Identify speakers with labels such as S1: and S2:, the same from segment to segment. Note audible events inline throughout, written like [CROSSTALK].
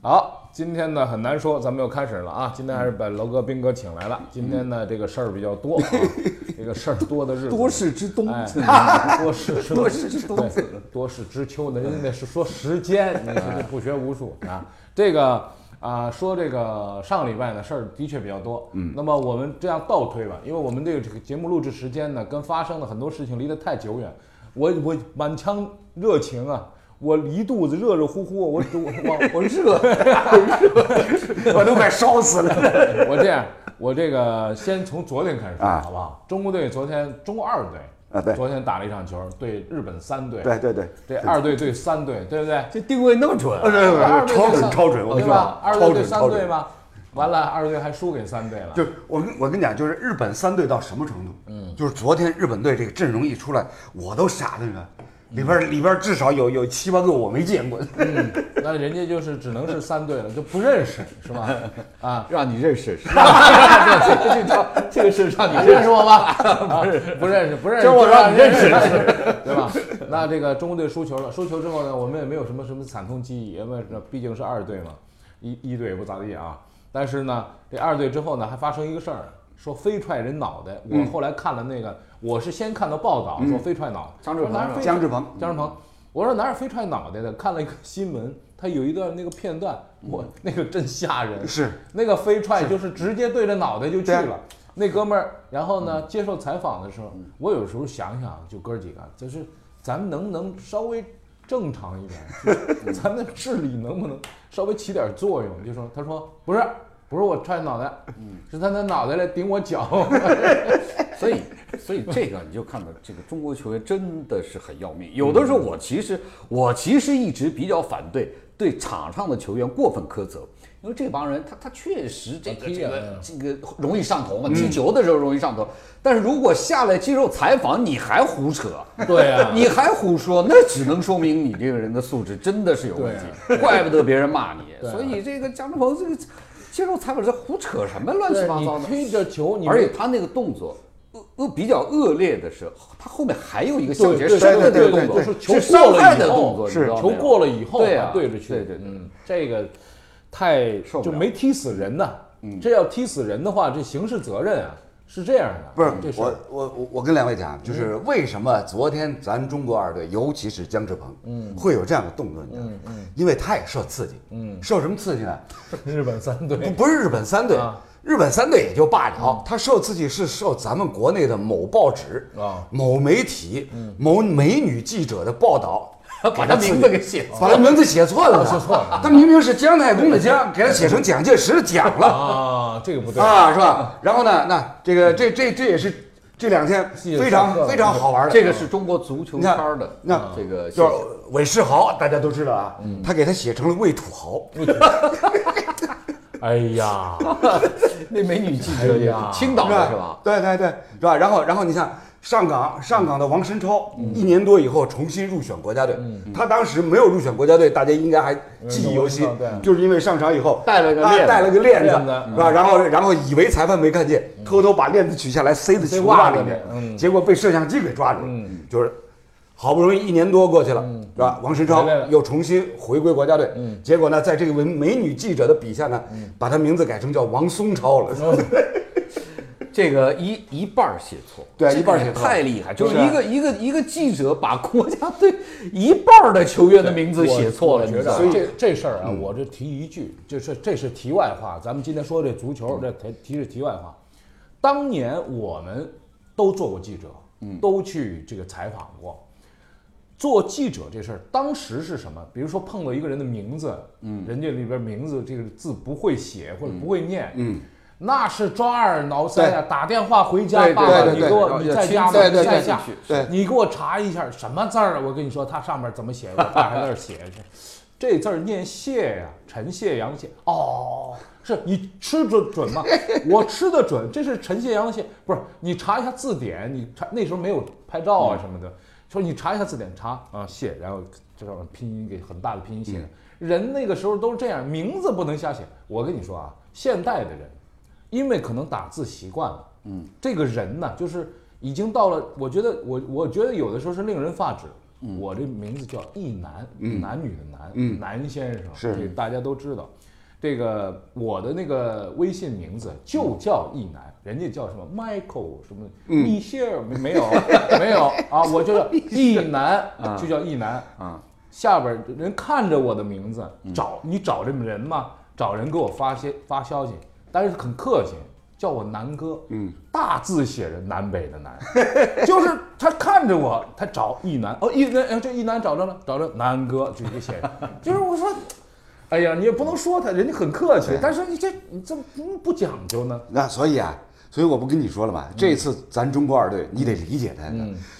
S1: 好，今天呢很难说，咱们又开始了啊！今天还是把楼哥、兵哥请来了。
S2: 嗯
S1: 今天呢这个事儿比较
S2: [LAUGHS]
S1: 多啊，这个事儿多的日子，
S2: 多事之冬，
S1: 哎，多事
S2: [LAUGHS]
S1: 之
S2: 多事之冬。
S1: 对，多事之秋呢，人家那是说时间，你是不学无术啊。这个啊、说这个上个礼拜呢事儿的确比较多，嗯，那么我们这样倒推吧，因为我们这个这个节目录制时间呢，跟发生的很多事情离得太久远，我我满腔热情啊。我一肚子热热乎乎，我我我我热，
S2: 我都快烧死了。
S1: [LAUGHS] 我这样，我这个先从昨天开始说，
S3: 啊
S1: 好不好？中国队昨天中国二队
S3: 啊对
S1: 昨天打了一场球，对日本三队，
S3: [LAUGHS] 对对对，
S1: 这二队对三队，对不对？
S2: 这定位那么准，
S3: 呃，对对
S1: 二
S3: 对，
S1: 队
S3: 超
S1: 对
S3: 准
S1: 三
S3: 超准，我跟
S1: 对
S3: 你说
S1: 吧，？二
S3: 超
S1: 队对
S3: 准超
S1: 三队
S3: 准。
S1: 嘛，完了二队还输给三队了，
S3: 就我跟我跟你讲，就是日本三队到什么程度？嗯，就是昨天日本队这个阵容一出来，我都傻了，你知道里边里边至少有有七八个我没见过。
S1: 那人家就是只能是三队了，就不认识是
S3: [LAUGHS]
S1: 吧？啊，
S2: 让你认识，
S1: [LAUGHS]
S2: 这这这个是让你认识我吧？
S1: 啊
S2: [LAUGHS]
S1: 不认识，不认识，
S2: 这我让你认识
S1: 识，
S2: [LAUGHS]
S1: 对吧？那这个中国队输球了，输球之后呢，我们也没有什么什么惨痛记忆，因为这毕竟是二队嘛，一一队也不咋地啊。但是呢，这二队之后呢，还发生一个事儿，说飞踹人脑袋。
S2: 嗯
S1: 我后来看了那个，我是先看到报道说飞踹脑袋，
S2: 张志鹏
S1: 说哪儿
S2: 是吧
S1: 飞
S3: 姜志鹏
S1: 姜志鹏，我说哪有飞踹脑袋的？看了一个新闻，他有一段那个片段，我那个真吓人，
S3: 是
S1: 那个飞踹就是直接对着脑袋就去
S3: 对啊
S1: 了。那哥们儿，然后呢，接受采访的时候，我有时候想想，就哥几个，就是咱们能不能稍微正常一点，就是咱们的智力能不能稍微起点作用？就说他说不是，不是我踹脑袋，是他的脑袋来顶我脚。
S2: [LAUGHS] 所以，所以这个你就看到，这个中国球员真的是很要命。有的时候，我其实我其实一直比较反对对场上的球员过分苛责，因为这帮人他他确实这个
S1: 踢
S2: 这
S1: 人
S2: 个这个容易上头嘛，踢球的时候容易上头。但是如果下来接受采访，你还胡扯，
S1: 对呀
S2: [LAUGHS] 你还胡说，那只能说明你这个人的素质真的是有问题，怪不得别人骂你。
S1: 对
S2: 所以这个姜志鹏这个接受采访是胡扯什么乱七
S1: 对
S2: 八糟
S1: 你
S2: 的。
S1: 推着球，你
S2: 而且
S1: 没
S2: 他那个动作恶恶比较恶劣的是，他后面还有一个向前
S1: 对
S2: 伸
S1: 对
S2: 的那
S1: 对
S2: 个
S1: 对
S2: 动作，
S1: 对，就是球
S2: 伤
S1: 过了
S2: 害
S1: 以
S2: 的
S1: 后
S2: 动作，你知道
S1: 球
S2: 没有
S1: 过了以后
S2: 对啊
S1: 对着去，
S2: 对对对
S1: 嗯，这个太
S2: 受不
S1: 就
S2: 了。
S1: 没踢死人呐。这要踢死人的话，这刑事责任啊是这样的，
S3: 不是嗯
S1: 这事
S3: 我
S1: 儿
S3: 我我我跟两位讲，就是为什么昨天咱中国二队，尤其是姜志鹏，嗯，会有这样的动作，你知道吗？因为他也受刺激，嗯，受什么刺激呢？
S1: 日本三
S3: 不
S1: 队
S3: 不是日本三队
S1: 啊，
S3: 日本三队也就罢了，他受刺激是受咱们国内的某报纸
S1: 啊
S3: 某媒体、某美女记者的报道
S2: [LAUGHS] 把他名字给写
S1: [LAUGHS]
S3: 错，把他名字写错了，写错了。他明明是姜太公的姜，给他写成蒋介石的蒋了。
S1: 啊，这个不对，
S3: 啊，是吧？然后呢，那这个这这这也是这两天
S1: 记得
S3: 非
S1: 上课
S3: 常
S1: 了
S3: 非常好玩的。
S2: 这个是中国足球
S3: 你
S2: 圈
S3: 看
S2: 儿的
S3: 那
S2: 这个
S3: 就是韦世豪，大家都知道啊，他给他写成了魏土豪。
S1: 哎呀，
S2: 那美女记者也
S1: 哎呀
S2: 是青岛的是吧？？
S3: 对对对，是吧？然后然后你看上港上港的王申超，
S2: 嗯
S3: 一年多以后重新入选国家队，他当时没有入选国家队，大家应该还记忆犹新
S1: 嗯我知道对，
S3: 就是因为上场以后
S2: 带了个
S3: 啊
S2: 链子嗯
S3: 带了个链子，
S1: 链子
S3: 是吧？然后然后以为裁判没看见，偷偷把链子取下来塞在
S1: 塞
S3: 球
S1: 袜
S3: 袜
S1: 子
S3: 里
S1: 里
S2: 嗯
S3: 面，结果被摄像机给抓住了，就是。好不容易一年多过去了，
S2: 嗯
S3: 是吧？王申超
S1: 回来了
S3: 又重新回归国家队，结果呢，在这位美女记者的笔下呢，
S2: 嗯
S3: 把他名字改成叫王松超了。
S2: 哦这个一一半儿写错，
S3: 对
S2: 这个
S3: 一半儿写
S2: 也
S3: 错
S2: 太厉害，就是
S3: 是啊
S2: 一个一个一个记者把国家队 [LAUGHS] 一半儿的球员的名字写错了，
S1: 我
S2: 你
S1: 觉
S2: 知
S1: 得
S2: 道
S1: 啊
S2: 吗？
S1: 这这事儿啊，我这提一句，就是这是题外话。咱们今天说这足球，这提提是题外话。当年我们都做过记者，都去这个采访过。做记者这事儿，当时是什么？比如说碰到一个人的名字，嗯，人家里边名字这个字不会写或者不会念，嗯，那是抓耳挠腮啊！打电话回家，
S2: 对对
S1: 爸爸，
S3: 对
S1: 你
S3: 对
S1: 给我
S2: 对
S1: 你
S2: 要
S1: 在
S2: 亲
S1: 家吗？
S2: 自
S1: 你在
S2: 对
S1: 家
S2: 对，
S3: 对
S1: 你给我查一下什么字儿啊？我跟你说，它上面怎么写？我爸还在那儿写着，这字儿念谢呀、陈谢阳谢。哦，是你吃准准吗？ [LAUGHS] 我吃的准，这是陈谢阳谢，不是你查一下字典，你查那时候没有拍照啊什么的，说你查一下字典，查啊谢，然后这上面拼音给很大的拼音写的。人那个时候都是这样，名字不能瞎写。我跟你说啊，现代的人因为可能打字习惯了，嗯，这个人呢，就是已经到了，我觉得我我觉得有的时候是令人发指。我这名字叫一男，男女的男，男先生，
S3: 是
S1: 这大家都知道。这个我的那个微信名字就叫一男，人家叫什么 Michael 什么米歇尔没没有没有啊，我就叫一男，就叫一男
S2: 啊。
S1: 下边儿人看着我的名字，找你找这么人吗？找人给我发些发消息，但是很客气，叫我南哥，嗯，大字写着南北的南， [LAUGHS] 就是他看着我，他找一男，哦一男，哎这一男找着了，找着南哥就就写着， [LAUGHS] 就是我说。哎呀，你也不能说他，人家很客气，但是你这你这不不讲究呢？
S3: 那所以啊，所以我不跟你说了吗？
S1: 嗯
S3: 这次咱中国二队，你得理解他，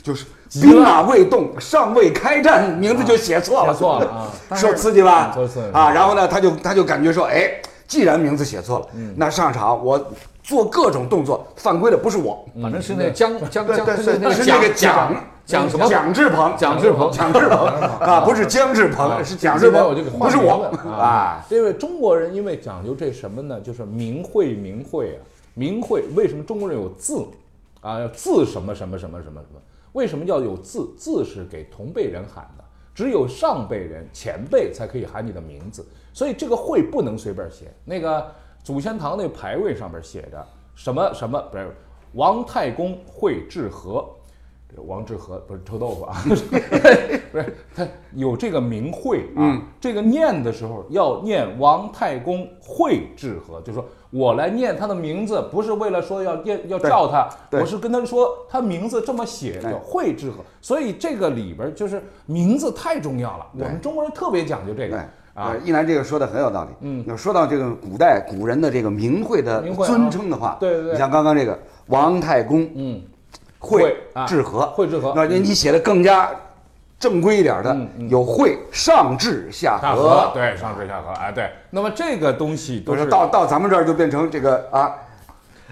S3: 就是兵马未动，尚未开战，名字就写错了，
S1: 啊写错了
S3: [LAUGHS]
S1: 啊但是
S3: 受刺激吧
S1: 受刺激？
S3: 啊，然后呢，他就他就感觉说，哎，既然名字写错了，
S1: 嗯
S3: 那上场我做各种动作，犯规的不是我，
S2: 反正嗯是那姜姜姜，
S3: 但是
S2: 那
S3: 是那个
S2: 蒋
S3: 蒋
S2: 蒋什么
S3: 蒋志鹏，
S2: 蒋志鹏
S3: 蒋志鹏啊，不是姜志鹏，是蒋志
S1: 啊今天
S3: 鹏，
S1: 我就给换
S3: 不是
S1: 名
S3: 我
S1: 了
S3: 啊。
S1: 因为中国人因为讲究这什么呢？就是名讳，名讳啊，名讳。为什么中国人有字啊？要字什么什么什么什么什么？为什么要有字？字是给同辈人喊的，只有上辈人、前辈才可以喊你的名字，所以这个讳不能随便写。那个祖先堂那牌位上面写着什么什么，不是王太公讳致和。这王致和不是臭豆腐啊，不是他有这个名讳啊，这个念的时候要念王太公讳致和，就是说我来念他的名字，不是为了说要念要叫他，
S3: 对
S1: 我是跟他说他名字这么写叫讳致和，所以这个里边就是名字太重要了，我们中国人特别讲究这个
S3: 对
S1: 啊
S3: 呃，一楠这个说的很有道理。嗯，那说到这个古代古人的这个名讳的
S1: 名讳啊
S3: 尊称的话，
S1: 对对对
S3: 你像刚刚这个王太公，嗯，
S1: 讳
S3: 讳
S1: 啊
S3: 致和，
S1: 讳致和嗯
S3: 那你写的更加正规一点的，有讳上至下
S1: 下
S3: 和
S1: 河，对上水下河哎对，那么这个东西
S3: 不
S1: 都
S3: 是
S1: 是
S3: 到到咱们这儿就变成这个啊，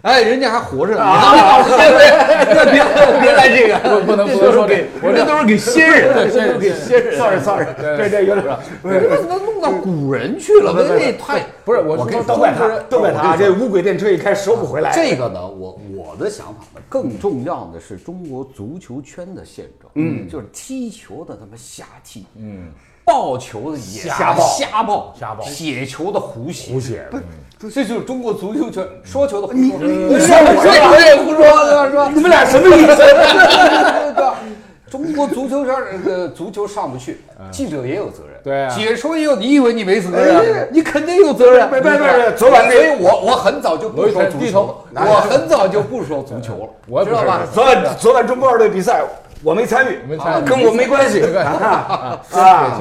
S2: 哎，人家还活着呢。啊，别别别别来这个，
S1: 不能不能说这，
S2: 我这都是给先人，
S1: 对 [LAUGHS] 先人
S2: 都是给先人。
S1: [LAUGHS]
S3: sorry sorry，这这有点
S2: 为什么弄到古人去了？那那太
S1: 不是我
S3: 我
S1: 是
S3: 跟
S1: 说
S3: 你都怪
S1: 中国
S3: 他
S1: 人，
S3: 都怪他，这无轨电车一开收不
S1: 哎
S3: 回来。
S2: 哦这个呢，我我的想法呢，更重要的是中国足球圈的现状，嗯，就是踢球的他妈瞎踢，嗯，抱球的也
S1: 瞎抱
S2: 瞎抱，
S1: 瞎抱
S2: 写球的胡写，
S1: 胡写嗯
S2: 这就是中国足球圈说球的胡说，
S3: 你说我说
S2: 我也胡说，对吧？是吧？
S3: 你们俩什么意思？
S2: 对吧？ [LAUGHS] 中国足球圈儿呃，足球上不去，记者也有责任。
S1: 对啊哎
S2: 解说也有，你以为你没责任啊？你肯定有责任。
S3: 别别别别昨晚那
S2: 所以我我很早就不说足
S1: 低
S2: 球
S1: 头
S2: 了，我很早就不说足球了，
S1: 我也不
S2: 知道吧？
S3: 昨晚昨晚中国二队比赛，我没参与，
S1: 没
S2: 啊
S1: 参与
S3: 跟我没关系
S1: 没关系
S3: 啊
S1: 啊，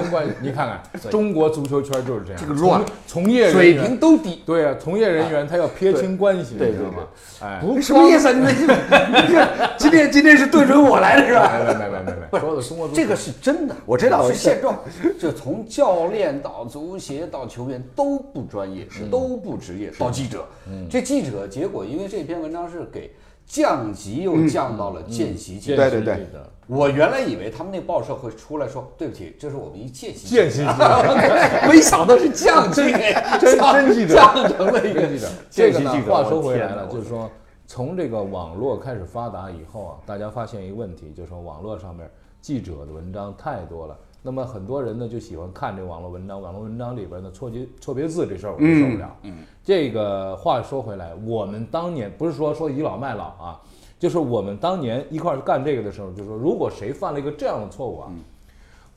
S1: 对，关系，你看看中国足球圈就是这样，这
S2: 个乱
S1: 从从业人
S2: 水
S1: 员
S2: 平都低。
S1: 对啊，从业人员他要撇清关系，
S2: 对
S1: 你知道
S2: 对
S1: 吗？哎，
S2: 不
S3: 什么意思啊？你
S1: [LAUGHS]
S3: 们你这今天今天是对准我来的是吧？
S1: 没没没没没，说的中国足
S2: 这个是真的，
S3: 我知道
S2: 是现状。 [LAUGHS] 就从教练到足协到球员都不专业，都不职业，到记者，这记者结果因为这篇文章是给降级又降到了见习阶
S3: 对
S1: 嗯
S3: 对
S2: 段。
S3: 对
S2: 我原来以为他们那报社会出来说对不起，这是我们一见习
S1: 见习记者，
S2: [LAUGHS] 没想到是降级，
S1: [LAUGHS] 真
S2: [LAUGHS]
S1: 真记者
S2: 降成了一个
S1: 真记者。这个
S2: 见
S1: 呢
S2: 习记，者
S1: 话说回
S2: 我
S1: 来
S2: 天哪
S1: 了，就是说从这个网络开始发达以后啊，大家发现一个问题，就是说网络上面记者的文章太多了。那么很多人呢就喜欢看这网络文章，网络文章里边的错别错别字这事儿我就受不了。嗯，这个话说回来，我们当年不是说说倚老卖老啊，就是我们当年一块儿干这个的时候，就是说如果谁犯了一个这样的错误啊，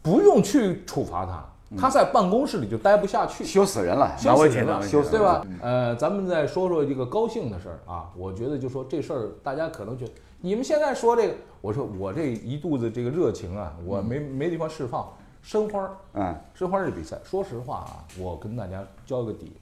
S1: 不用去处罚他，他在办公室里就待不下去，
S3: 羞死人了，
S1: 羞死人了，
S3: 羞死
S1: 对吧？呃，咱们再说说这个高兴的事儿啊，我觉得就说这事儿，大家可能觉得你们现在说这个，我说我这一肚子这个热情啊，我没没地方释放，申花儿，
S3: 嗯，
S1: 申花儿这比赛，说实话啊，我跟大家交个底，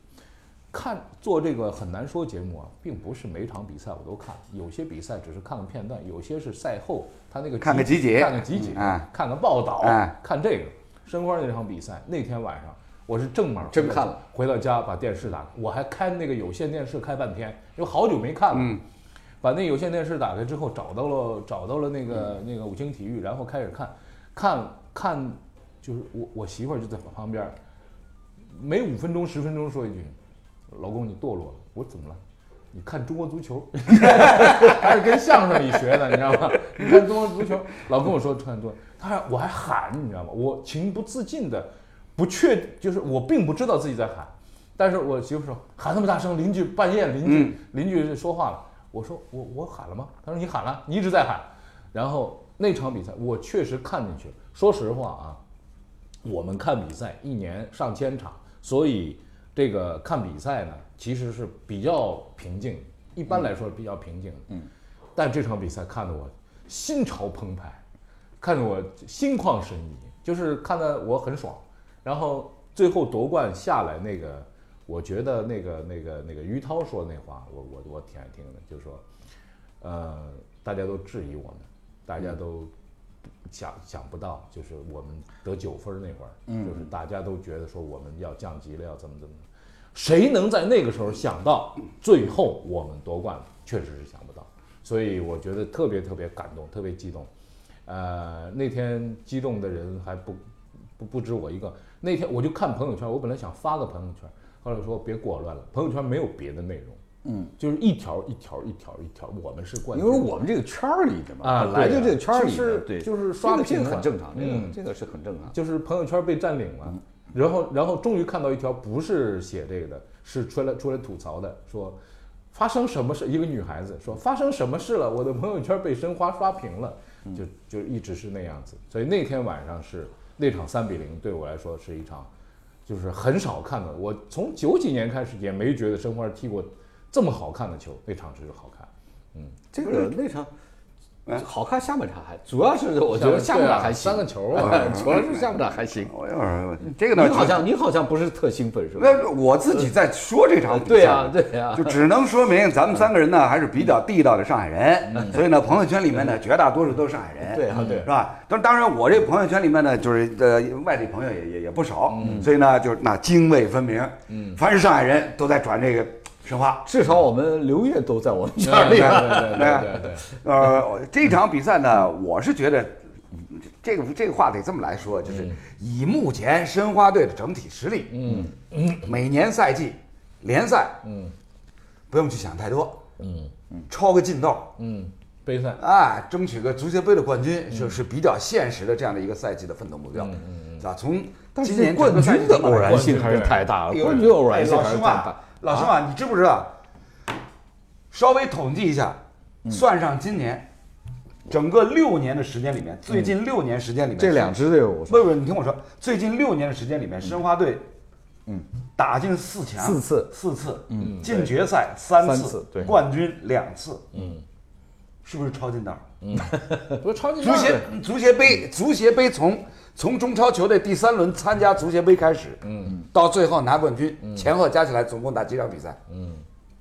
S1: 看做这个很难说节目啊，并不是每场比赛我都看，有些比赛只是看个片段，有些是赛后他那个
S3: 看个集锦
S1: 看个集锦，
S3: 嗯哎
S1: 看个报道，
S3: 哎
S1: 看这个申花那场比赛那天晚上。我是正忙，
S2: 真看了，
S1: 回到家把电视打开，我还开那个有线电视开半天，因为好久没看了。
S2: 嗯
S1: 把那有线电视打开之后，找到了找到了那个、那
S2: 嗯
S1: 个五星体育，然后开始看，看看，就是我我媳妇儿就在旁边儿，每五分钟十分钟说一句：“老公，你堕落了。” [LAUGHS] 我说怎么了？你看中国足球，还是跟相声里学的，你知道吗？ [LAUGHS] 你看中国足球，老跟我说看中国，他还我还喊，你知道吗？我情不自禁的，不确就是我并不知道自己在喊，但是我媳妇说喊那么大声，邻居半夜邻居、邻居说话了，我说我我喊了吗？她说你喊了，你一直在喊。然后那场比赛我确实看进去了，说实话啊，我们看比赛一年上千场，所以这个看比赛呢，其实是比较平静，一般来说比较平静。嗯，但这场比赛看得我心潮澎湃，看得我心旷神怡，就是看得我很爽。然后最后夺冠下来那个，我觉得那个那个那个于涛说那话，我我我挺爱听的，就是说，呃，大家都质疑我们，大家
S2: 嗯
S1: 都想想不到，就是我们得九分儿那会儿，
S2: 嗯
S1: 就是大家都觉得说我们要降级了，要怎么怎么，谁能在那个时候想到最后我们夺冠了？确实是想不到，所以我觉得特别特别感动，特别激动。呃，那天激动的人还不不不止我一个。那天我就看朋友圈，我本来想发个朋友圈，后来我说别过乱了，朋友圈没有别的内容，嗯，就是一条一条一条一条，我们是冠
S2: 因
S1: 军，
S2: 为我们这个圈儿里的嘛，
S1: 啊
S2: 本来就这个圈儿里
S1: 就
S2: 的，
S1: 是
S2: 对，
S1: 就是刷
S2: 这个这个
S1: 屏嘛
S2: 很正常，这个嗯
S1: 嗯
S2: 这个是很正常。
S1: 就是朋友圈被占领了，然后然后终于看到一条不是写这个的，是出来出来吐槽的，说发生什么事？一个女孩子说发生什么事了？我的朋友圈被申花刷屏了，
S2: 嗯
S1: 就就一直是那样子。所以那天晚上是那场三比零对我来说是一场，就是很少看的。我从九几年开始也没觉得申花踢过这么好看的球，那场就是好看。
S2: 这个那场好看，下半场还主要是我觉得下半场还行，
S1: 三个球啊
S2: [LAUGHS] 哎主要是下半场还行。
S3: 我一会儿这个
S2: 你
S3: 呢，
S2: 好像你好像不是特兴奋是吧？
S3: 那我自己在说这场比赛，
S2: 对呀对啊呀
S3: 就只能说明咱们三个人呢还是比较地道的上海人，所以呢，朋友圈里面呢绝大多数都是上海人，
S2: 嗯对啊对
S3: 是吧？但当然，我这朋友圈里面呢，就是呃外地朋友也也也不少，
S2: 嗯
S3: 所以呢，就是那泾渭分明，嗯，凡是上海人都在转这个申花。
S2: 至少我们刘烨都在我们圈儿里啊哎
S1: 对
S2: 了。
S1: 嗯对对对对。
S3: [LAUGHS] 呃，这场比赛呢，我是觉得。这个这个话得这么来说，就是
S2: 嗯
S3: 以目前申花队的整体实力，嗯嗯，每年赛季联赛，嗯，不用去想太多，嗯嗯，抄个劲道，
S1: 嗯，杯赛
S3: 啊，争取个足协杯的冠军，
S2: 嗯
S3: 就是比较现实的这样的一个赛季的奋斗目标，是吧？从
S2: 嗯但是
S3: 今
S2: 这
S3: 年
S2: 冠军的偶然性还
S1: 冠
S2: 是
S1: 军哎
S2: 太大了，冠
S3: 军
S2: 军偶然性
S3: 老
S2: 还是
S3: 兄
S2: 太
S3: 啊
S2: 大。，
S3: 老兄啊，你知不知道？稍微统计一下，
S2: 嗯
S3: 算上今年整个六年的时间里面，最近六年时间里面，
S2: 嗯这两支队伍，我说
S3: 不是不是，你听我说，最近六年的时间里面，申花队，嗯，打进四强
S2: 四次
S3: 四次，嗯，进决赛三
S2: 三次对
S3: 冠军两次，嗯，是不是超劲道？
S1: 不是超级
S3: 足
S1: 棒
S3: 协
S1: 的
S3: 足协杯足协杯从从中超球队第三轮参加足协杯开始，嗯，到最后拿冠军，前后加起来总共打几场比赛？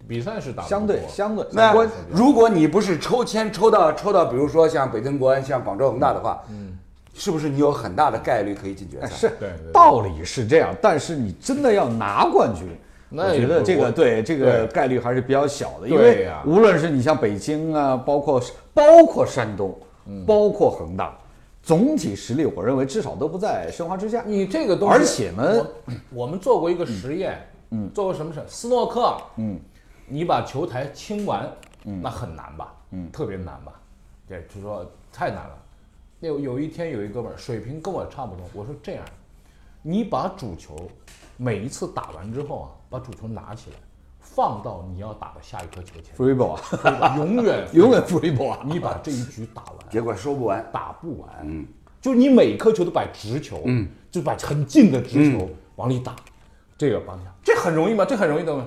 S1: 比赛是打不
S2: 相对
S1: 过
S2: 相对
S3: 那
S2: 关
S3: 如果你不是抽签抽到抽到，比如说像北京国安、像广州恒大的话，嗯，是不是你有很大的概率可以进决赛？
S2: 是
S1: 对对对
S2: 道理是这样，但是你真的要拿冠军。
S1: 那
S2: 我
S1: 也
S2: 觉得
S1: 不
S2: 这个
S1: 我
S2: 对这个
S1: 对
S2: 概率还是比较小的，
S1: 对
S2: 因为
S1: 呀
S2: 无论是你像北京啊，包括包括山东，包括恒大，总体实力我认为至少都不在申花之下。
S1: 你这个东西，
S2: 而且呢
S1: 我我们做过一个实验，嗯，做过什么事？斯诺克，嗯，你把球台清完，嗯，那很难吧？嗯，特别难吧？对，就说太难了。那有有一天有一哥们儿水平跟我差不多，我说这样，你把主球每一次打完之后啊，把主球拿起来，放到你要打的下一颗球
S2: free ball 啊，
S1: 前，永远
S2: 永远 free ball 啊，
S1: 你把这一局打完。
S3: 结果收不完，
S1: 打不完，就是你每颗球都摆直球，嗯，就摆很近的直球往里打，这个方向，这很容易吗？这很容易的吗？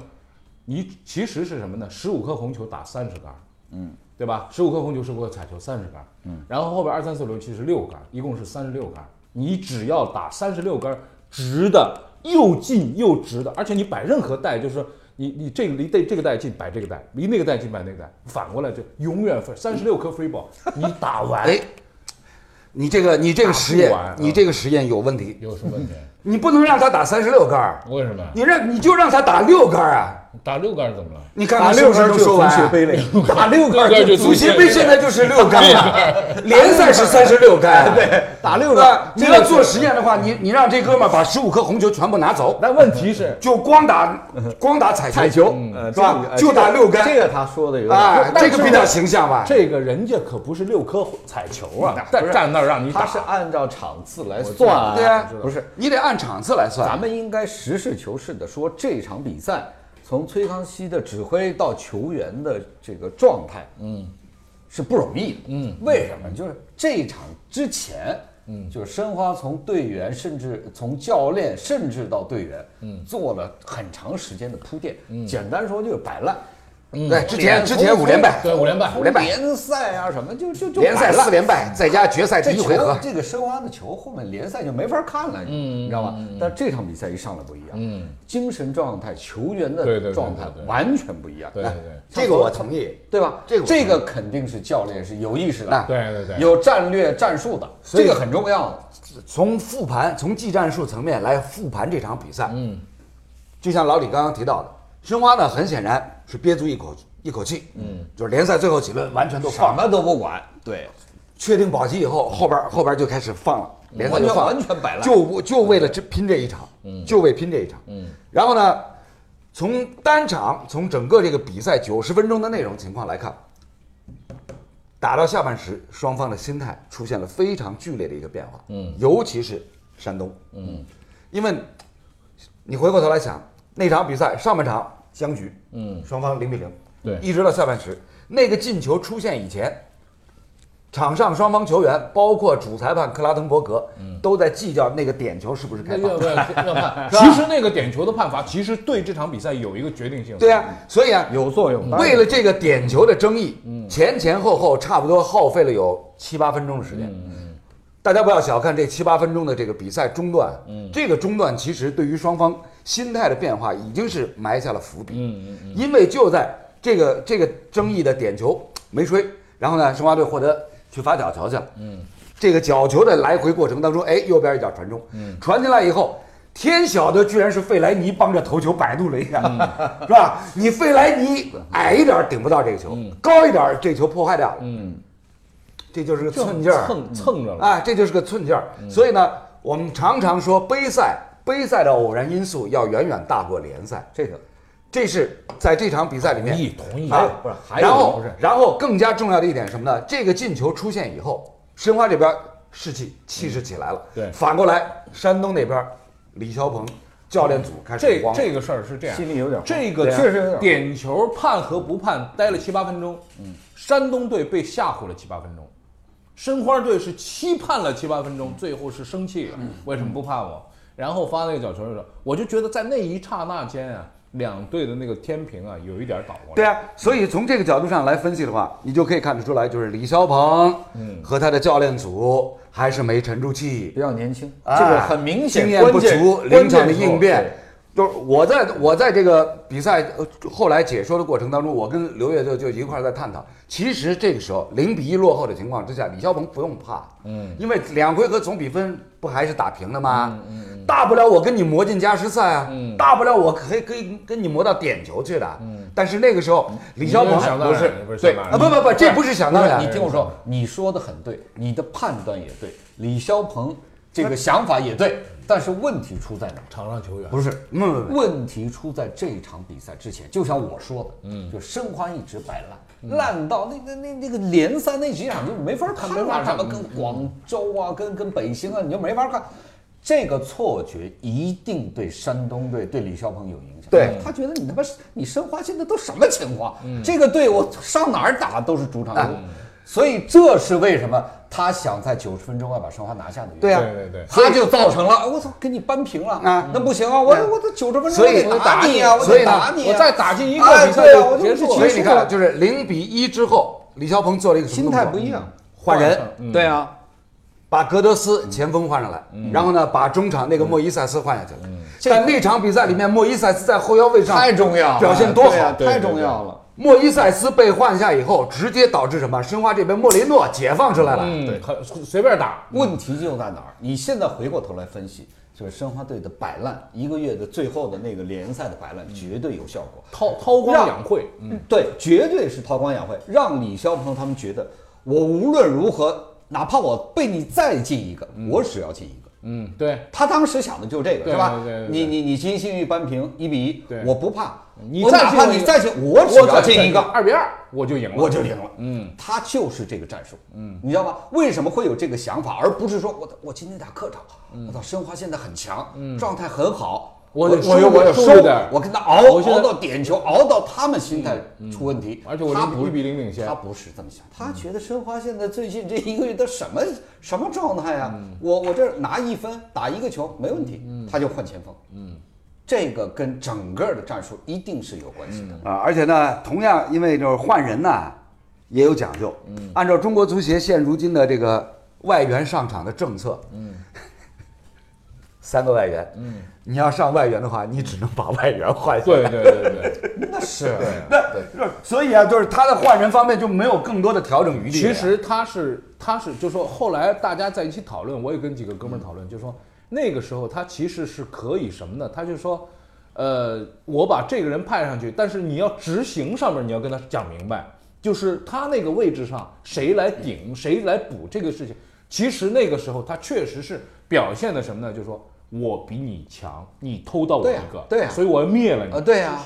S1: 你其实是什么呢？十五颗红球打三十杆，嗯，对吧？十五颗红球，十五颗彩球，三十杆，嗯，然后后边二三四轮其实六杆，一共是三十六杆，你只要打三十六杆直的，又近又直的，而且你摆任何带，就是说你你这个离这这个带近摆这个带，离那个带近摆那个带，反过来就永远分三十六颗 free ball，你打完，
S3: 哎。你这个你这个实验
S1: 打不完，
S3: 你这个实验有问题，
S4: [LAUGHS]
S1: 有什么问题？
S3: 你不能让他打三十六杆儿，
S1: 为什么？
S3: 你让你就让他打六杆儿啊，
S4: 打六杆怎么了？
S3: 你看
S5: 打
S3: 看
S5: 六
S3: 杆
S5: 杆就
S3: 说
S5: 足
S3: 完啊
S5: 协杯了呀，
S3: 打六
S4: [LAUGHS]
S3: 杆
S4: 六杆就
S3: 足
S4: 足
S3: 协
S4: 协
S3: 杯
S4: 杯
S3: 现在就是六杆了， [LAUGHS] 联赛是三十六杆， [LAUGHS] 对，
S5: 打六
S3: 那
S5: 杆，
S3: 你要做实验的话，你你让这哥们儿把十五颗红球全部拿走，
S5: 但问题是
S3: 就光打光打彩球，
S5: 彩球，
S2: 嗯
S5: 呃
S3: 嗯是吧就打六杆
S5: 这个他说的有点
S3: 啊，
S5: 但
S3: 这
S5: 是
S3: 个比较形象吧？
S5: 这个人家可不是六颗彩球啊，
S1: 站站那儿让你
S2: 他
S1: 打
S2: 是按照场次来算啊，
S3: 对啊，
S2: 不是，
S3: 你得按场次来算。
S2: 咱们应该实事求是的说，这场比赛从崔康熙的指挥到球员的这个状态，嗯，是不容易的，嗯，为什么？就是这场之前，嗯，就是申花从队员，甚至从教练，甚至到队员，嗯，做了很长时间的铺垫，嗯，简单说就是摆烂。
S3: 对，之前之前五连败，
S4: 对，五连败，
S3: 五连败
S2: 联赛啊什么就就就
S3: 联赛
S2: 摆烂
S3: 四连败，再加决赛第
S2: 这
S3: 一
S2: 球
S3: 回合，
S2: 这个申花的球后面联赛就没法看了，
S4: 嗯
S2: 你知道吧？但这场比赛一上来不一样，嗯，精神状态、球员
S4: 对对对
S2: 的状态
S4: 对对对
S2: 完全不一样，哎
S4: 对对对
S3: [LAUGHS] 这个我同意。
S2: 对吧？
S3: 这个我
S2: 这个肯定是教练是有意识
S3: 那
S2: 的，
S4: 对对对
S2: 有战略战术的，这个很重要。
S3: 从复盘，从技战术层面来复盘这场比赛，嗯，就像老李刚刚提到的，申花呢，很显然是憋足一口一口气，嗯，就是联赛最后几轮完全都
S2: 什
S3: 放了，
S2: 么都不管，对，
S3: 确定保级以后，后边后边就开始放了，联赛就放了，
S2: 嗯完全完全摆烂
S3: 就就为了这拼这一场，嗯，就为拼这一场，嗯，然后呢，从单场从整个这个比赛九十分钟的内容情况来看，打到下半时，双方的心态出现了非常剧烈的一个变化。嗯，尤其是山东。嗯，因为你回过头来想，那场比赛上半场僵局，嗯，双方零比零，
S4: 对
S3: 一直到下半时，那个进球出现以前，场上双方球员，包括主裁判克拉滕伯格，
S5: 嗯
S3: 都在计较那个点球是不是开
S4: 那
S3: 放
S5: 哎
S4: 要。不要要判？其实那个点球的判罚，其实对这场比赛有一个决定性。
S3: 对呀、所以啊，
S5: 有作用。当然嗯
S3: 为了这个点球的争议，前前后后差不多耗费了有七八分钟的时间。
S5: 嗯
S3: 大家不要小看这七八分钟的这个比赛中断，这个中断其实对于双方心态的变化已经是埋下了伏笔。因为就在这个这个争议的点球没吹，然后呢，申花队获得去罚角球去了。这个角球的来回过程当中，哎，右边一脚传中，传进来以后，天晓得居然是费莱尼帮着头球摆渡了一下， [LAUGHS] 是吧？你费莱尼矮一点儿顶不到这个球，高一点儿这球破坏掉了，嗯，这就是个寸劲儿，
S1: 蹭蹭着了。
S3: 啊，这就是个寸劲儿。所以呢，我们常常说杯赛，杯赛的偶然因素要远远大过联赛，
S2: 这个
S3: 这是在这场比赛里面
S1: 同意同意
S3: 啊，
S2: 不是还有
S3: 然后
S2: 不是
S3: 然后更加重要的一点是什么呢？这个进球出现以后，申花这边士气气势起来了，
S4: 对
S3: 反过来山东那边李霄鹏教练组开始
S1: 这
S3: 慌了，
S1: 这个事儿是这样，
S5: 心里有点慌
S1: 这个
S5: 对啊确实有点慌
S1: 点球判和不判待了七八分钟，嗯，山东队被吓唬了七八分钟，申花队是期盼了七八分钟，最后是生气了，
S2: 嗯
S1: 为什么不判我？然后发那个角球的时候，我就觉得在那一刹那间啊，两队的那个天平啊有一点倒过来。
S3: 对啊，所以从这个角度上来分析的话，你就可以看得出来，就是李霄鹏和他的教练组还是没沉住气，
S2: 比较年轻，
S3: 啊
S2: 这个很明显，
S3: 经验不
S2: 关键
S3: 足，临场的应。
S2: 关键时
S3: 变
S2: 候。
S3: 就是我在我在这个比赛呃后来解说的过程当中，我跟刘越就就一块儿在探讨，其实这个时候零比一落后的情况之下，李霄鹏不用怕，嗯，因为两回合总比分不还是打平的吗？
S2: 嗯
S3: 大不了我跟你磨进加时赛啊，大不了我可以可以跟你磨到点球去的，
S2: 嗯
S3: 但是那个时候李霄
S4: 你没有想
S3: 鹏
S4: 到
S3: 不是
S4: 你不是
S3: 对
S4: 想到
S3: 啊不不不，这不是想
S2: 不
S3: 当
S2: 是
S3: 然
S2: 你，听我说，你说的很对，你的判断也对，李霄鹏这个想法也对，但是问题出在哪儿？
S1: 场上球员
S2: 不是，
S3: 嗯
S2: 问题出在这场比赛之前，就像我说的，嗯，就申花一直摆烂，烂到那那那那个联赛那几场就没法看
S4: 没法
S2: 了，
S4: 看
S2: 他们跟广州啊，跟跟北京啊，你就没法看。这个错觉一定对山东队、对李霄鹏有影响。
S3: 对
S2: 他觉得你他妈你申花现在都什么情况？这个队我上哪儿打都是主场球，所以这是为什么他想在九十分钟外把申花拿下的原因。
S3: 对啊
S4: 对对对，
S2: 他就造成啊了，我操，给你扳平了
S3: 啊
S2: 那不行啊，我我这九十分钟
S3: 所
S2: 我
S3: 以
S2: 得打你啊，我
S3: 所以
S2: 得
S3: 呢
S2: 打你啊，
S1: 我再打进一个
S2: 哎
S1: 比赛
S2: 对啊
S1: 就
S2: 我就
S1: 结束
S2: 不
S3: 所
S2: 做
S3: 以你
S2: 了
S3: 看，就是零比一之后，李霄鹏做了一个什么
S2: 心
S3: 动作
S2: 态不一样，
S3: 换人。
S2: 对啊，
S3: 把格德斯前锋换上来，
S2: 嗯
S3: 然后呢，把中场那个莫伊塞斯换下去了。但那场比赛里面，莫伊塞斯在后腰位上
S2: 太重要了，
S3: 表现多
S2: 对
S3: 好
S2: 啊。太
S4: 对
S2: 重要了。
S3: 莫伊塞斯被换下以后，直接导致什么？申花这边莫雷
S2: 嗯
S3: 诺解放出来了。
S1: 嗯嗯，很随便打，
S2: 问题就在哪儿？你现在回过头来分析，就是申花队的摆烂，一个月的最后的那个联赛的摆烂绝对有效果，
S1: 韬韬光养晦，
S2: 嗯，对，绝对是韬光养晦，让李霄鹏他们觉得，我无论如何，哪怕我被你再进一个，我只要进一个。
S1: 嗯，对，
S2: 他当时想的就是这个，
S1: 对
S2: 是吧
S1: 对对对？
S2: 你你你金星玉扳平一比一
S1: 对，
S2: 我不怕，
S1: 你
S2: 我
S1: 再
S2: 哪
S1: 进
S2: 怕
S1: 一
S2: 你
S1: 个
S2: 再进，我只要进一个，
S1: 二比二我就赢了，
S2: 我就赢了。嗯，他就是这个战术。嗯，你知道吗？为什么会有这个想法，而不是说我我今天打客场，我操，申花现在很强，状态很好。
S1: 嗯我得
S2: 我
S1: 输我得
S2: 输
S1: 输点儿
S2: 我跟他熬
S1: 我现在嗯
S2: 熬到点球，熬到他们心态出问题。
S1: 而且我
S2: 他
S1: 零
S2: 不
S1: 一比零领先嗯
S2: 他不是这么想，他觉得申花现在最近这一个月都什么什么状态啊？
S1: 嗯
S2: 我我这拿一分打一个球没问题，他就换前锋。嗯，这个跟整个的战术一定是有关系
S1: 嗯
S2: 的。
S3: 啊，而且呢，同样因为就是换人呐，也有讲究。嗯，按照中国足协现如今的这个外援上场的政策，嗯，三个外援，嗯，你要上外援的话，你只能把外援换下来。
S4: 对对对对对，
S2: [LAUGHS] 那是。
S3: 那所以啊，就是他的换人方面就没有更多的调整余地。
S1: 其，实他是他是就说后来大家在一起讨论，我也跟几个哥们儿讨论，就说呃那个时候他其实是可以什么呢？他就说，呃，我把这个人派上去，但是你要执行上面你要跟他讲明白，就是他那个位置上谁来顶谁来补这个事情。其实那个时候他确实是表现的什么呢？就是说我比你强，你偷到我
S2: 对啊
S1: 一个，
S2: 对啊
S1: 所以我要灭了你
S2: 啊，。对呀、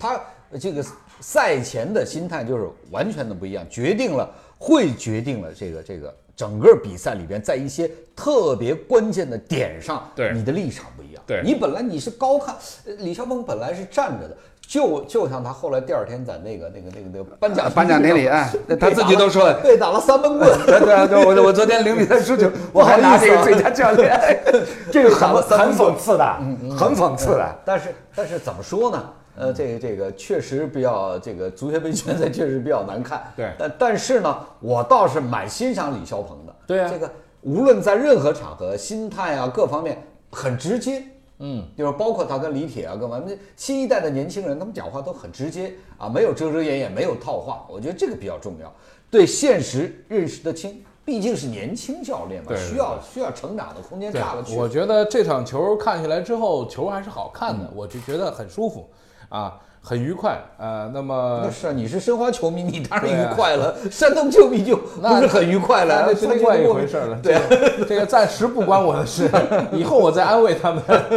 S2: 他这个赛前的心态就是完全的不一样，决定了会决定了这个这个整个比赛里边，在一些特别关键的点上，
S4: 对
S2: 你的立场不一样。
S4: 对
S2: 你本来你是高看，呃李霄鹏本来是站着的。就就像他后来第二天在那个那个那个那个颁奖
S3: 颁奖典礼哎他自己都说了
S2: 被打了三闷棍，
S3: 对对对，我我昨天零比三输球，我还拿这个最佳教练， [LAUGHS] 这个很很讽刺的，
S1: 嗯
S3: 很讽刺的。
S2: 但是但是怎么说呢？呃，这个这个确实比较这个足协杯决赛确实比较难看。
S4: 对
S2: 但但是呢，我倒是蛮欣赏李霄鹏的。
S1: 对啊
S2: 这个无论在任何场合，心态啊各方面很直接。嗯，就是包括他跟李铁啊，跟我们新一代的年轻人，他们讲话都很直接啊，没有遮遮掩掩，没有套话，我觉得这个比较重要，对现实认识得清，毕竟是年轻教练嘛，
S4: 对
S2: 需要需要成长的空
S3: [LAUGHS]
S2: 间
S1: 对
S2: 大了去了。
S1: 我觉得这场球看下来之后，球还是好看的，
S3: 嗯
S1: 我就觉得很舒服，啊，很愉快。呃，那么
S2: 那是啊，你是申花球迷，你当然
S1: 对啊
S2: 愉快了；山东球迷就不
S1: 那
S2: 是很愉快了。
S1: 那是
S2: 山东
S1: 另
S2: 球迷
S1: 外一回事儿了。
S2: 对啊，
S1: 这
S3: [LAUGHS]
S1: 个，这个暂时不关我的事，以后我再安慰他们。 [LAUGHS]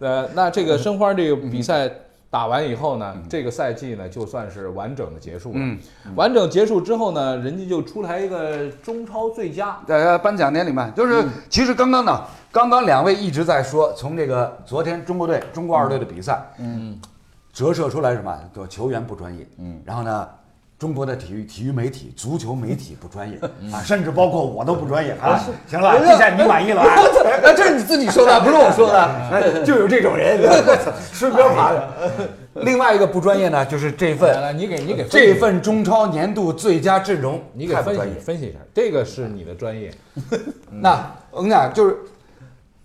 S1: 呃，那这个申花这个比赛打完以后
S3: 嗯
S1: 呢，这个赛季呢就算是完整的结束了。完整结束之后呢，人家就出来一个中超最佳。
S3: 呃，颁奖典礼嘛，
S2: 嗯
S3: 就是其实刚刚呢，刚刚两位一直在说，从这个昨天中国队、中国二队的比赛，嗯，折射出来什么？就球员不专业，嗯，然后呢，中国的体育、体育媒体、足球媒体不专业
S2: 嗯
S3: 啊，甚至包括我都不专业啊。行了，这下你满意了
S2: [LAUGHS]
S3: 啊？
S2: 那哎这是你自己说的，不是我说的。
S3: [LAUGHS] 哎就有这种
S2: [LAUGHS]
S3: 人，顺便爬的。另外一个不专业呢，就是这
S1: 来
S2: 嗯
S3: 份
S1: 来，你给你给分析
S3: 呃这份中超年度最佳阵容，
S1: 你给
S3: 太不
S1: 分
S3: 专
S1: 析
S3: 业。
S1: 分析一下，这个是你的专业。
S3: 那我跟你讲，就是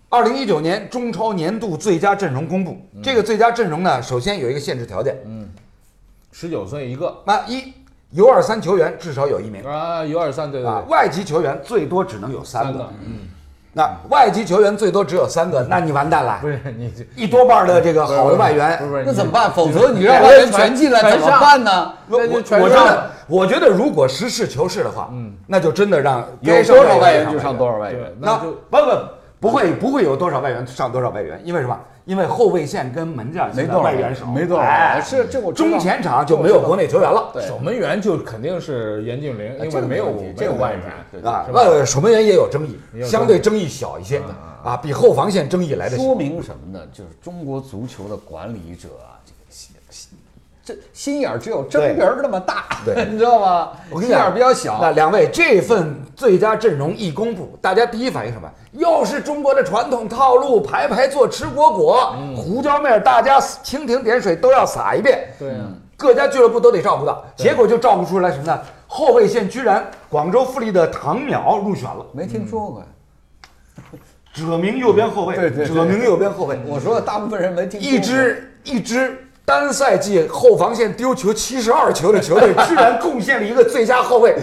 S3: 二零一九年中超年度最佳阵容公布。
S2: 嗯
S3: 这个最佳阵容呢，首先有一个限制条件，
S1: 十九岁一个
S3: 那一 U 二三球员至少有一名
S1: 啊，有二三，对对
S3: 啊
S1: 对，，
S3: 外籍球员最多只能有三
S1: 三
S3: 个
S1: 个。。
S2: 嗯
S3: 那外籍球员最多只有三个，那你完蛋了
S1: 不。是 [LAUGHS] 你这
S3: 一多半的这个好的外援，
S1: 不是不是
S2: 那
S1: 你
S2: 怎么办？否则你让外援全进来
S1: 全
S2: 怎么办呢？
S3: 我
S1: 那就
S3: 我
S1: 全
S3: 我
S1: 上
S3: 觉得
S2: 啊
S1: 了，
S3: 我觉得如果实事求是的话，嗯，那就真的让
S2: 有
S3: 该上
S2: 多少外
S3: 援
S2: 援就上多少外啊
S1: 对
S2: 援。，
S3: 那
S1: 那就
S3: 不不不会不会有多少外援上多少外援，因为什么？因为后卫线跟门将现在外援少，
S2: 没多少外
S3: 哎
S2: 援，是这我知道
S3: 中前场就没有国内球员了。
S1: 守门员就肯定是严俊
S2: 啊
S1: 凌，因为没有没有外援。
S3: 啊，外守门员也有争议，相对争议小一些啊，比后防线争议来的小。
S2: 说明什么呢？就是中国足球的管理者啊，这个心心这心眼儿只有针鼻儿那么大，
S3: 对
S2: [LAUGHS] 你知道吗？
S3: 我跟你
S2: 心眼
S3: 讲，
S2: 儿比较
S3: 那
S2: 小。
S3: 两位这份最佳阵容一公布，大家第一反应什么？又是中国的传统套路，排排坐，吃果果，
S2: 嗯
S3: 胡椒面，大家蜻蜓点水都要撒一遍。
S1: 对啊，
S3: 各家俱乐部都得照顾到，结果就照顾出来什么呢？后卫线居然广州富力的唐淼入选了，
S2: 没听说过呀。
S3: 者明右边后卫，
S2: 对对对嗯
S3: 者明右边后卫，
S2: 我说的大部分人没听说过。
S3: 一支一支单赛季后防线丢球七十二球的球队，居然贡献了一个最佳后卫，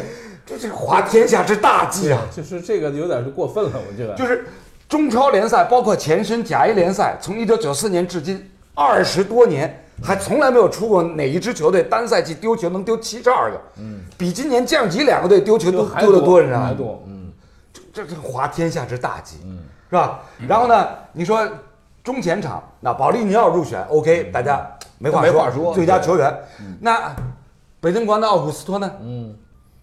S3: 这是滑天下之大稽啊！
S1: 就是这个有点是过分了，我觉得。
S3: 就是中超联赛包括前身甲 A 联赛，从一九九四年至今二十多年，还从来没有出过哪一支球队单赛季丢球能丢七十二个，嗯，比今年降级两个队丢球都
S1: 还
S3: 丢得多，你知道
S1: 还
S3: 吗？
S1: 多，嗯
S3: 这这滑天下之大稽，是吧？然后呢，你说中前场，那保利尼奥入选，OK，大家没话
S2: 没话说
S3: 最佳球员。那北京国安的奥古斯托呢？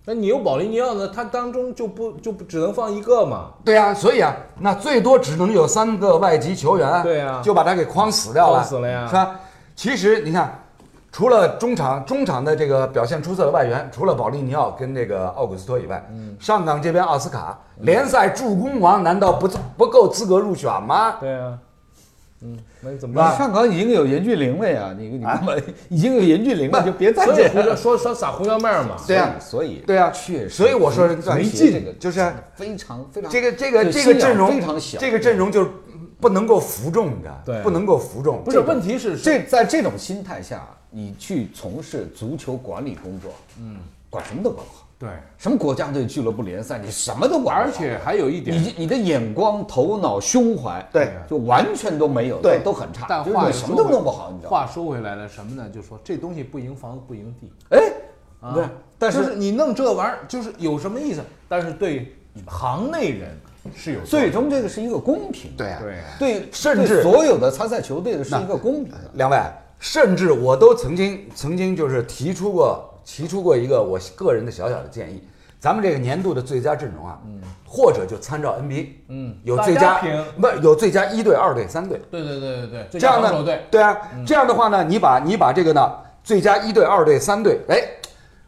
S1: 那你有保利尼奥呢？他当中就不就不只能放一个嘛，
S3: 对呀、所以啊，那最多只能有三个外籍球员，
S1: 对呀
S3: 就把他给框死掉了，
S1: 框死了呀
S3: 是吧？其实你看，除了中场中场的这个表现出色的外援，除了保利尼奥跟这个奥古斯托以外，上港这边奥斯卡联赛助攻王难道不不够资格入选吗？
S1: 对啊，嗯，那你怎么
S2: 你
S1: 办？
S2: 上港已经有严俊凌了呀，啊你你干嘛已经有严俊凌了，就别再
S1: 所以
S2: 这
S1: 胡椒
S2: 样。
S1: 说说撒胡椒面儿嘛，
S3: 对呀
S2: 啊所以
S3: 对呀啊
S2: 确实，
S3: 所以我说是
S2: 足
S3: 没
S2: 协
S3: 劲
S2: 这个
S3: 就是啊
S2: 非常非常
S3: 这个这个
S2: 对
S3: 这
S2: 心
S3: 个
S2: 眼
S3: 阵容
S2: 非常小，
S3: 这个阵容就是不能够服众的，
S1: 对
S3: 不能够服众。
S1: 不是，问题是
S2: 这在这种心态下，你去从事足球管理工作，嗯，管什么都管不好，
S1: 对，
S2: 什么国家队、俱乐部联赛，你什么都管不好
S4: 而且还有一点，
S2: 你你的眼光、头脑、胸怀，
S3: 对，
S2: 就完全都没有，
S3: 对
S2: 都都很差，
S4: 但
S2: 就是
S4: 话
S2: 你
S4: 说
S2: 什么都
S4: 回
S2: 弄不好，你知道吗？
S4: 话说回来了，什么呢？就说这东西不赢房子不赢地，
S1: 啊
S2: 哎，对，但
S4: 啊就是是你弄这玩意儿，就是有什么意思？但是对行内人是有作
S2: 最
S4: 用
S2: 终这个是一个公平的，
S3: 对啊，
S4: 对
S2: 对，
S3: 甚
S2: 对
S3: 至
S2: 所有的参赛球队的是一个公平的。
S3: 两位，甚至我都曾经曾经就是提出过提出过一个我个人的小小的建议，咱们这个年度的最佳阵容啊，或者就参照 NBA，嗯，有最
S1: 嗯大
S3: 佳
S1: 家评
S3: 不是有最佳一队、二队、三队，
S4: 对对对对对，最
S3: 这
S4: 佳
S3: 样
S4: 防守
S3: 呢
S4: 队，嗯
S3: 对啊，这样的话呢，你把你把这个呢最佳一队、二队、三队，哎。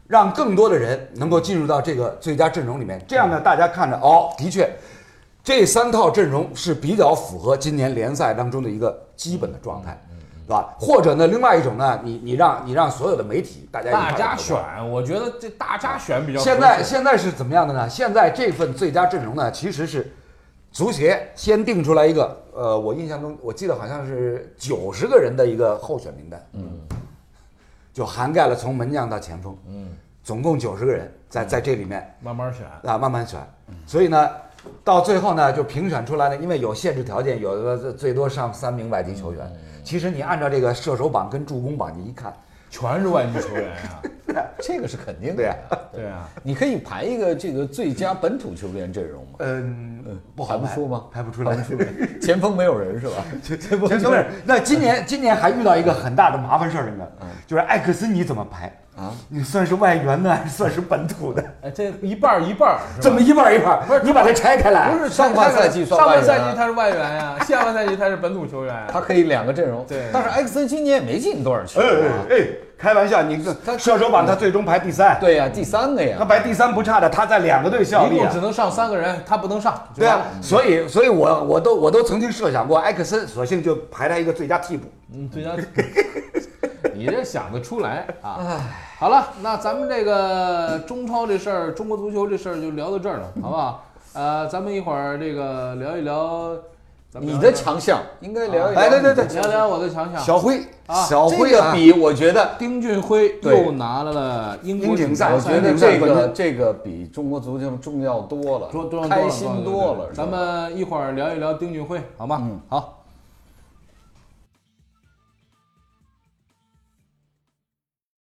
S3: 让更多的人能够进入到这个最佳阵容里面，
S4: 嗯
S3: 这样呢，大家看着哦，的确，这三套阵容是比较符合今年联赛当中的一个基本的状态，
S4: 嗯
S3: 对吧？或者呢，另外一种呢，你你让你让所有的媒体大家一块儿
S4: 大家
S3: 投票
S4: 选，我觉得这大家选比较合适。
S3: 现在现在是怎么样的呢？现在这份最佳阵容呢，其实是足协先定出来一个，呃，我印象中我记得好像是九十个人的一个候选名单，嗯，就涵盖了从门将到前锋，嗯，总共九十个人在在这里面
S4: 慢慢选，
S3: 啊慢慢选，所以呢。到最后呢，就评选出来呢，因为有限制条件，有的最多上三名外籍球员。其实你按照这个射手榜跟助攻榜，你一看，
S4: 全是外籍球员 [LAUGHS] 啊，
S2: 这个是肯定的。
S3: 对呀、
S4: 对啊，
S2: 你可以排一个这个最佳本土球员阵容嘛？
S3: 嗯，不好
S2: 排不
S3: 排
S2: 出吗？
S3: 排不出来，
S2: 前锋没有人是吧？
S3: 这不是，那今年今年还遇到一个很大的麻烦事儿呢，就是艾克森你怎么排
S2: 啊？
S3: 你算是外援呢，还是算是本土的？
S4: 哎，这一半儿一半儿是吧
S3: 怎么一半儿一半儿？不是，你把它拆开来。
S4: 不是
S2: 上半赛季算
S4: 上
S2: 外援
S4: 半
S2: 啊
S4: 赛季他是外援呀，下半赛季他是本土球员啊。
S2: 他可以两个阵容。
S4: 对
S2: 但是埃克森今年也没进多少球
S3: 哎
S2: 啊。
S3: 哎哎，开玩笑，你这射手榜他最终排第三，
S2: 对呀，第三个
S3: 他
S2: 呀。
S3: 排第三不差的，他在两个队效
S4: 一
S3: 力
S4: 共
S3: 啊
S4: 只。能上三个人，他不能上。
S3: 对啊，所以所以我我都我都曾经设想过，埃克森索性就排他一个最佳替补。
S4: 嗯，最佳，
S2: [LAUGHS]
S4: 你这想得出来啊？好了，那咱们这个中超这事儿，中国足球这事儿就聊到这儿了，
S2: 嗯
S4: 好不好？呃，咱们一会儿这个聊一聊，咱们
S2: 你
S4: 聊一
S2: 的
S4: 聊
S2: 强项应该聊一聊。
S3: 哎对对对
S4: 聊聊我的强项。
S3: 小辉，
S4: 啊
S3: 小
S2: 这
S3: 辉
S2: 个
S3: 啊，
S2: 比我觉得，
S4: 丁俊晖
S2: 对
S4: 又拿了了英国
S3: 英锦赛
S2: 我
S4: 锦
S2: 觉得
S3: 明白
S2: 这
S3: 明
S2: 个
S3: 白
S2: 这个比中国足球重要多了，
S4: 多多
S2: 开心多了。是吧嗯
S4: 咱们一会儿聊一聊丁俊晖，好吗？好，